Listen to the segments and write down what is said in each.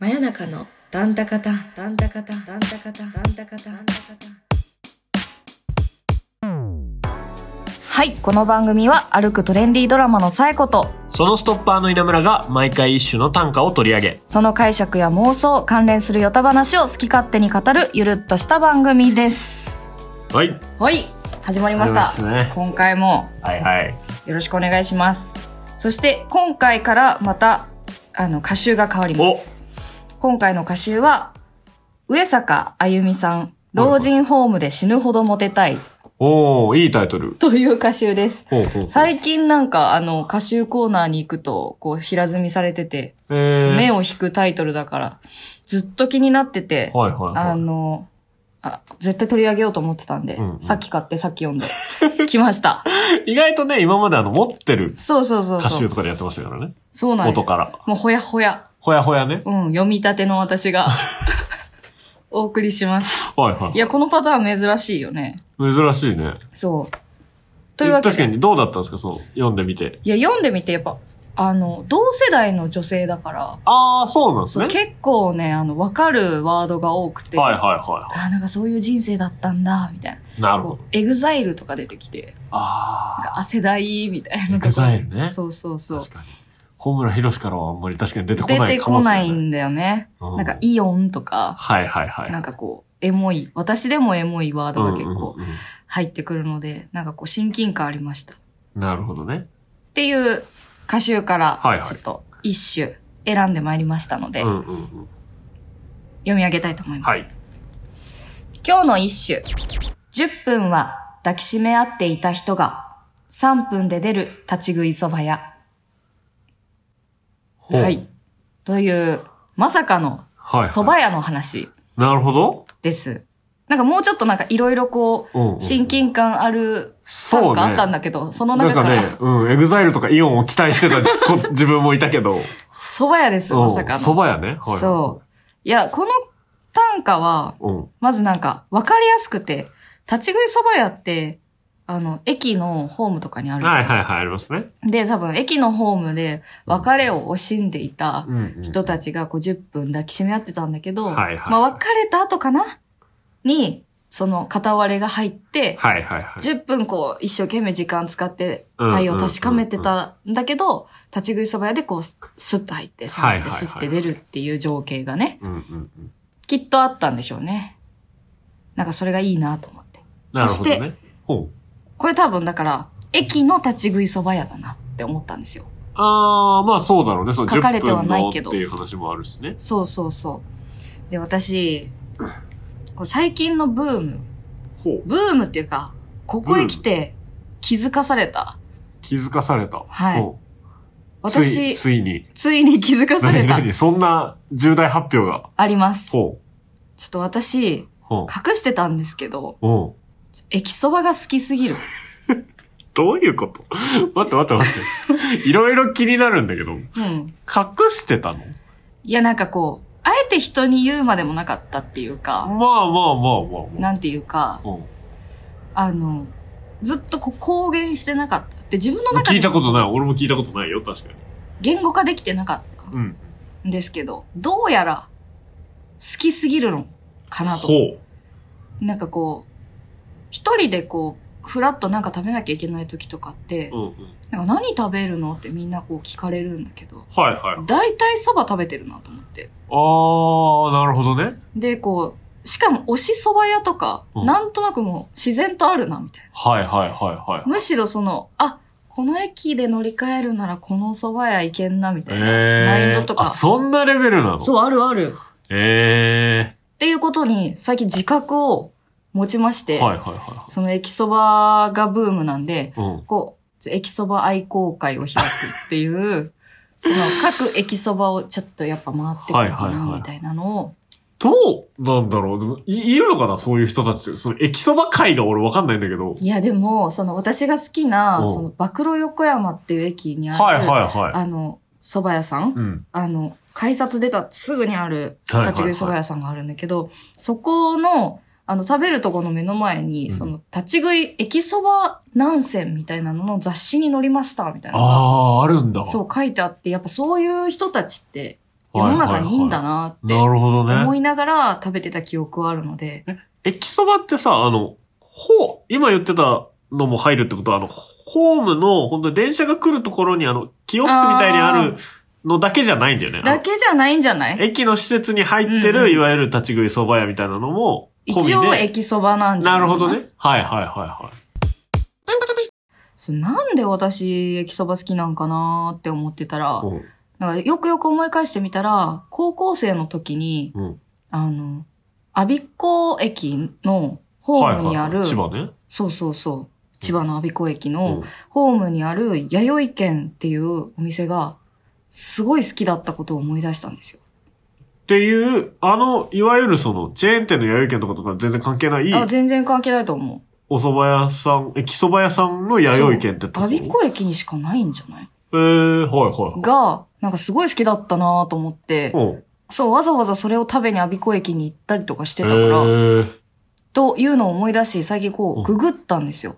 真夜中のダンタカタンダンタカタンダンタカタンダンタカタンダンタカタンはいこの番組は歩くトレンディードラマのさえことそのストッパーの稲村が毎回一種の短歌を取り上げ、その解釈や妄想関連するヨタ話を好き勝手に語るゆるっとした番組ですはい、はい始まりました始まりましたね今回もはいはい。よろしくお願いしますそして今回からまたあの歌集が変わります今回の歌集は上坂あゆみさん老人ホームで死ぬほどモテたいおおいいタイトル。という歌集ですほうほう最近なんかあの歌集コーナーに行くとこう平積みされててえー目を引くタイトルだからずっと気になってて、はいはいはい。あのあ絶対取り上げようと思ってたんで、うんうんさっき買ってさっき読んで来ました意外とね、今まであの、持ってるそうそうそう歌そ集うとかでやってましたからね。そうなんです音から。もうほやほやほやほやね。うん、読み立ての私 がお送りします。はいはいや、このパターン珍しいよね。い。珍しいね。そう。というわけ確かで。に、どうだったんですかそう、読んでみて。いや、読んでみて、やっぱ、あの、同世代の女性だから、ああそうなんですそうね。結構ね、あの、わかるワードが多くて、はいはいはいはあ、なんかそういう人生だったんだ、みたいな。い。なるほこど。うエグザイルとか出てきて、あなんか、あ、世代、みたいな。エグザイルねそうそうそあう。確かに。ホムラヒロシからはあんまり確かに出てこ出なていかこもしなれない。いんだよね。うんなんか、イオンとか、はいはいはい。なんかこう、エモい、私でもエモいワードが結構、うんうんうん入ってくるので、なんかこう親近感ありました。っなるほどね。ていう歌集かはいらはいちょっと一首選んでまいりましたので、うんうんうん。読み上げたいと思います。はい。今日の一首。10分は抱きしめ合っていた人が3分で出る立ち食いそば屋。ほうはい。。という、まさかのはいはい蕎麦屋の話なるほど。です。なんかもうちょっとなんかいろいろこう、うんうん親近感あるそうね短歌あったんだけど、そのなん中かから、ね、うん、エグザイルとかイオンを期待してた 子自分もいたけど。蕎麦屋です、うんまさかの。蕎麦屋ね。はいそう。いや、この短歌は、う。うん。まずなんか、わかりやすくて、立ち食いそば屋って、あの、駅のホームとかにあるじゃんはいはいはい、ありますね。で、多分、駅のホームで別れを惜しんでいたうん、うん。人たちがこう10分抱きしめ合ってたんだけど、はいはいまあ、別れた後かなに、その片割れが入って、はいはいはい。 10分こう、一生懸命時間使って、うん愛を確かめてたんだけど、立ち食いそば屋でこう、スッと入って、さはーいはっていはいスッて出るっていう情景がね、うんうんうん。きっとあったんでしょうね。なんかそれがいいなと思って。なるそしほどて、ね。ほう。これ多分だから、駅の立ち食いそば屋だなって思ったんですよ。あー、まあそうだろうね。そう、書かれてはないけど10分のっていう話もあるしね。そうそうそう。で、私、こう最近のブーム、ほう。ブームっていうか、ここへ来て気づかされた。気づかされた。はいほうつ私い、、ついに。ついに気づかされ 何た。何そんな重大発表が。あります。ちょほう。っと私、ほう。隠してたんですけど、ほう。駅そばが好きすぎる。どういうこと 待って待って待って。いろいろ気になるんだけど、うん。隠してたのいや、なんかこう、あえて人に言うまでもなかったっていうまあか、まあまあまあまあ。なんていうか、うんあの、ずっとこう公言してなかった。で、自分の中聞でいたことない。俺も聞いたことないよ、確かに。言語化できてなかっうん。たんですけど、どうやら好きすぎるのかなと。ほう。なんかこう、一人でこう、ふらっとなんか食べなきゃいけない時とかってう、んうん。なんか何食べるのってみんなこう聞かれるんだけど、はいはい。大体蕎麦食べてるなと思って。あー、なるほどね。で、こう、しかも推し蕎麦屋とか、うんなんとなくもう自然とあるな、みたいな。はいはいはいはい。むしろその、あ、この駅で乗り換えるならこの蕎麦屋行けんな、みたいな。マインドとあ、か。そんなレベルなのそう、あるある。っえていうことに、最近自覚を持ちましえて、はいはいはその駅そばがブームなんで、い。うん。こう、駅そば愛好会を開くっていう、 その各駅そばをちょっとやっぱ回ってこようかはいはいはな、いみたいなのを、どうなんだろうでもい、いるのかなそういう人たちって。その、駅そば会が俺わかんないんだけど。いやでも、その私が好きな、うんその、暴露横山っていう駅にある、はいはいはあの、蕎麦屋さんい。うん。あの、改札出たすぐにあるはいはい立はいち食いそば屋さんがあるんだけど、そこの、あの、食べるとこの目の前に、うんその、立ち食い、駅そば何選みたいなのの雑誌に載りました、みたいな。あー、あるんだ。そう書いてあって、やっぱそういう人たちって、世の中にいいんだななってなるほど思ね。いながら食べてた記憶はあるので、駅そばってさ、あの、ほう、今言ってたのも入るってことは、あの、ホームの、本当に電車が来るところに、あの、キオスクみたいにあるのだけじゃないんだよね。あだのけじゃないんじゃない駅の施設に入ってる、うんうんいわゆる立ち食いそば屋みたいなのも、込みで一応駅そばなんじゃなないるほど。ね。はいはいはいはい。そうなんで私駅そば好きなんかなーって思ってたら、うんなんかよくよく思い返してみたら、高校生の時に、うん。あの、我孫子駅のホームにある、はいはいはい千葉ね。そうそうそう、千葉の我孫子駅うのホームにある弥生軒っていうお店が、すごい好きだったことを思い出したんですよ。っていう、あの、いわゆるその、チェーン店の弥生県とかとか全然関係ない、あ、全然関係ないと思お蕎麦屋さん、駅蕎麦屋さんの弥生県ってう。とこ我孫子駅にしかないんじゃないえー、はいはい。が、なんかすごい好きだったなと思って、うん。そう、わざわざそれを食べに我孫子駅に行ったりとかしてえたから、ー、というのを思い出し、最近こうんう、ググったんですよ。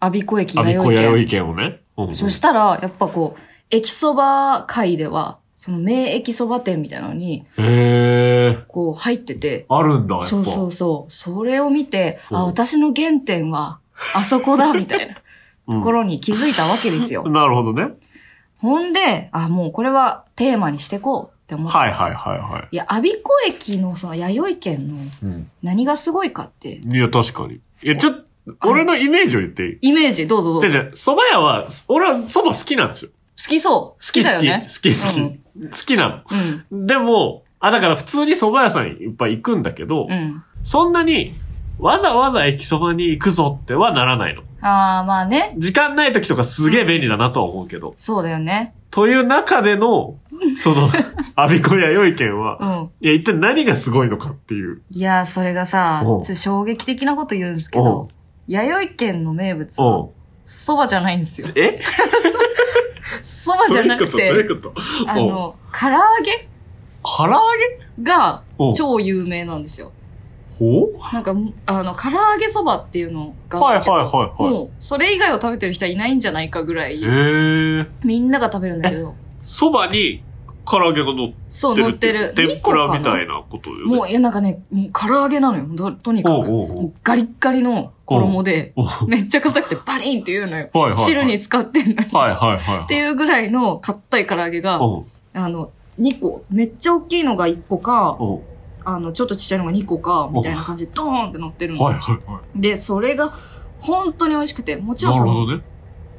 我孫子駅弥あび生こ弥軒。生県をね。うんそしたら、やっぱこう、駅そば界では、その名駅そば店みたいなのに、えー、こう入ってて、あるんだ、やっぱ。そうそうそう、それを見て、うあ、ん私の原点は、あそこだ、みたいなうんところに気づいたわけですよ。なるほどね。ほんで、あ、もうこれはテーマにしてこうって思って。はいはいはいはいや、我孫子駅のその弥生県のい。う何がすごいかって、ん。いや、確かに。いや、ちょっと、俺のイメージを言っていいイメージどうぞどうじゃぞ。じゃ蕎麦屋は、俺は蕎麦好きなんですよ。好きそう。好きだよね。好き好き。好き好き好きなの。うん。でも、あ、だから普通に蕎麦屋さんにいっぱい行くんだけど、うん。そんなに、わざわざ駅そばに行くぞってはならないの。ああ、まあね。時間ない時とかすげえ便利だなとは思うけど。そうだよね。という中での、そ の、アビコや良い県は、うん。いや、一体何がすごいのかっていう。いやー、それがさ、ちおょうっと衝撃的なこと言うんですけおうど、弥生県の名物はう、そばじゃないんですよ。えそばじゃなくどういて、うことどういうことあおうの、唐揚げ唐揚げがおう超有名なんですよ。ほなんか、あの、唐揚げそばっていうのがあるけど、はいはいはいはいもう、それ以外を食べてる人はいないんじゃないかぐらい、へえ。みんなが食べるんだけど、そばに唐揚げが乗っそう、てる乗っているう。 2天個ぷらかみたな。いなことよね。もう、いや、なんかね、もう唐揚げなのよ。どとにかく。おうおうおもううガリッガリの衣で、おうめっちゃ硬くてバリンって言うのよ。はいはいはい汁に使ってんのに。はいはいはいはい。ってう。いうぐらいの硬い唐揚げが、あの、2個、めっちゃ大きいのが1個か、うん。あの、ちょっとちっちゃいのが2個か、みたいな感じでドーンって乗ってるの。はいはいはい。で、それが本当に美味しくて、もちろんなそるの、ほどね。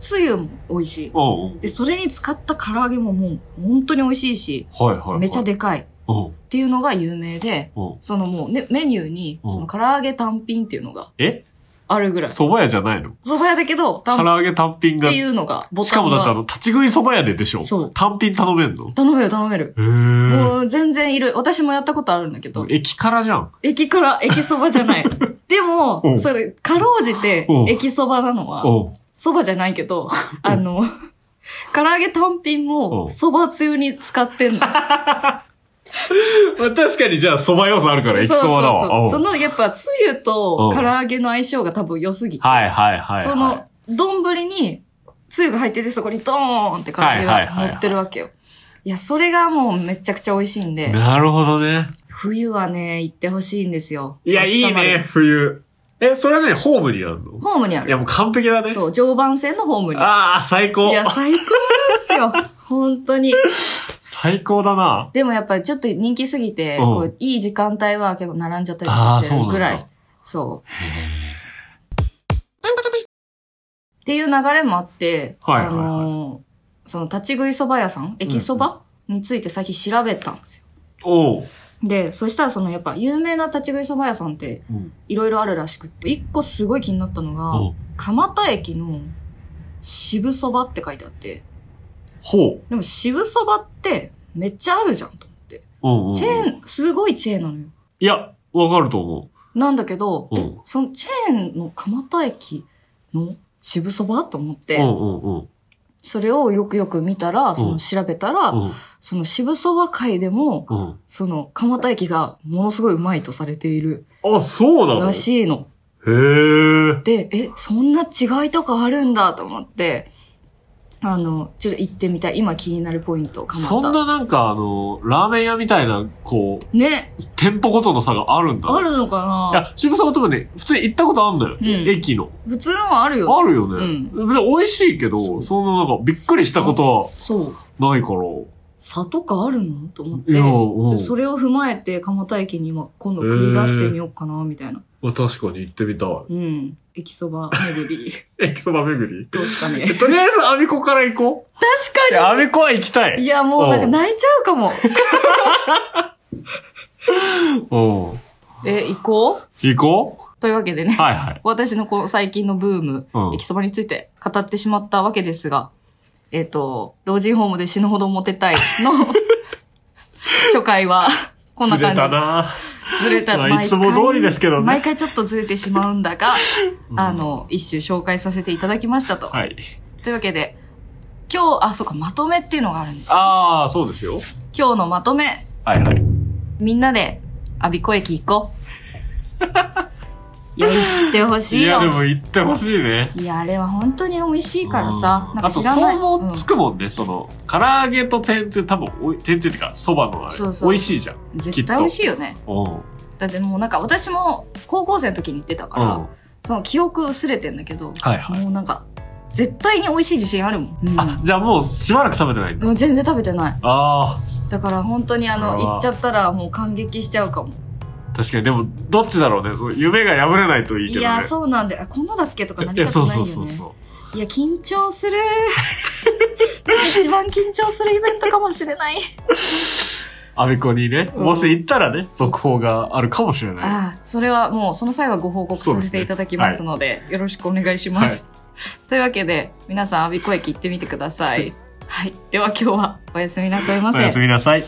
つゆも美味しい。うんうん。で、それに使った唐揚げももう本当に美味しいし、はいはいはい。めちゃで。でかい。っうん。ていうのが有名で、うん。そのもう、ね、メニューに、うんその唐揚げ単品っていうのがえあるぐらい。蕎麦屋じゃないのそば屋だけど、単唐品っ揚げ単品がていうのが、ボしタかンもだってあが。の、立ち食い蕎麦屋ででしょそう単品頼めんの頼める頼める。へもう全然いる。私もやったことあるんだけどえ。。駅からじゃん。駅から駅そばじゃ ない。でうも、んそれ、かろうじてうん駅そばなのは、おうそばじゃないけ ど、あの、唐揚げ単品うもんそばつゆに使ってんの。まあ確かにじゃあ蕎麦要素あるから駅そう蕎麦だそうわ。そう。おうその、やっぱつゆと唐揚げの相性が多分良すぎて。はいはいはいはい。その、丼に、つゆが入ってて、そこにドーンって唐揚げはいはいがはいはい乗ってるわけよ。いや、それがもうめちゃくちゃ美味しいんで、なるほどね。冬はね、行ってほしいんですよ。いや、いい温まね、る。冬。え、それはね、ホームにあるのホームにあいや、る。もう完璧だね。そう、常磐線のホームに。ああ、最い高。や、最高なんですよ。 本当に。最高だな。でもやっぱりちょっと人気すぎて、うんこういい時間帯は結構並んじゃったりとあかーしてるぐらそうなんい。そう。っていう流れもあって、はいはいはいあのーその立ち食いそば屋さん、駅そば、について最近調べたんですよ。おう。で、そしたらそのやっぱ有名な立ち食いそば屋さんってうんいろいろあるらしくって、一個すごい気になったのおがう、蒲田駅の渋そばって書いてあって、ほう。でも渋そばってめっちゃあるじゃんと思って。うんうんうんチェーン、すごいチェーンなのよ。いや、わかると思なんだけど、うんえ、そのチェーンの蒲田駅の渋そばと思っう。て、うんうんうんそれをよくよく見たら、そうのん調べたら、うん。その渋そば界でも、うん。その蒲田駅がものすごいうまいとされているあ、そうなのらしいの。へえ。で、え、そんな違いとかあるんだと思って、あの、ちょっと行ってみたい。今気になるポイント、かまった。そんななんかあの、ラーメン屋みたいな、こう、ね、店舗ごとの差があるんだ。あるのかいなや、渋沢ともね、普通に行ったことあるんだよ。うん駅の。普通のはあるよ。あるよね。う別に美味しいけそど、うそのなんか、びっくりしたことそう。はないから。差とかあるのと思って、いちやょうんっとそれを踏まえて、蒲田駅に今、今度繰り出してみようかな、みたいな。まあ確かに行ってみたい。うん。駅そば巡 り。駅そば巡り。どうですかね。えとりあえず、アメコから行こう。確いかや、アメコは行きたい。にいや、もうなんかうん泣いちゃうかも。うん。え、行こう行こというわけでね。 うはいはい。私のこの最近のブーム、うん駅そばについて語ってしまったわけですが、えっ、と、老人ホームで死ぬほどモテたい の初回は、こんな釣感れじ。たなずれた。まあいつも通りですけどね毎回ちょっとずれてしまうんだが、あの、一周紹介させていただきましたと。はい。というわけで、今日、あ、そうか、まとめっていうのがあるんです。ああ、そうですよ。今日のまとめ、はいはい。みんなで、阿鼻子駅行こ う。いや、行ってほしいいよや、。でも行ってほしいね。いや、あれは本当に美味しいからさう。なんんかあと知らな想い。像つくもんね、その唐揚げと天つゆ多分おい天つゆっていうかそばのあれそうそう美味しいじゃんうん絶対美味しいよね。うんうんだってもうなんか私も高校生の時に行ってたから、はその記憶薄れてんだけど、いはい、もうなんか、絶対に美味しい自信あるもん。うんあじゃあもうしばらく食べてないんだ、もう全然食べてない。あだから本当にあの、うわ行っちゃったらもう感激しちゃうかも。あ確かにでもどっちだろうねそう夢が破れないといいいけどねや、そうなんで、あ、このだっけとかなりいやたくそうないそようそうね。そういや、緊張する。 一番緊張するイベントかもしれない。アメコにねうんもし行ったらね続報があるかもしれないああ、それはもうその際はご報告させていただきますので、よろしくお願いします。 というわけで、皆さん、阿鼻子駅行ってみてください。はい。では今日はおやすみなさいまおせやす。みなさい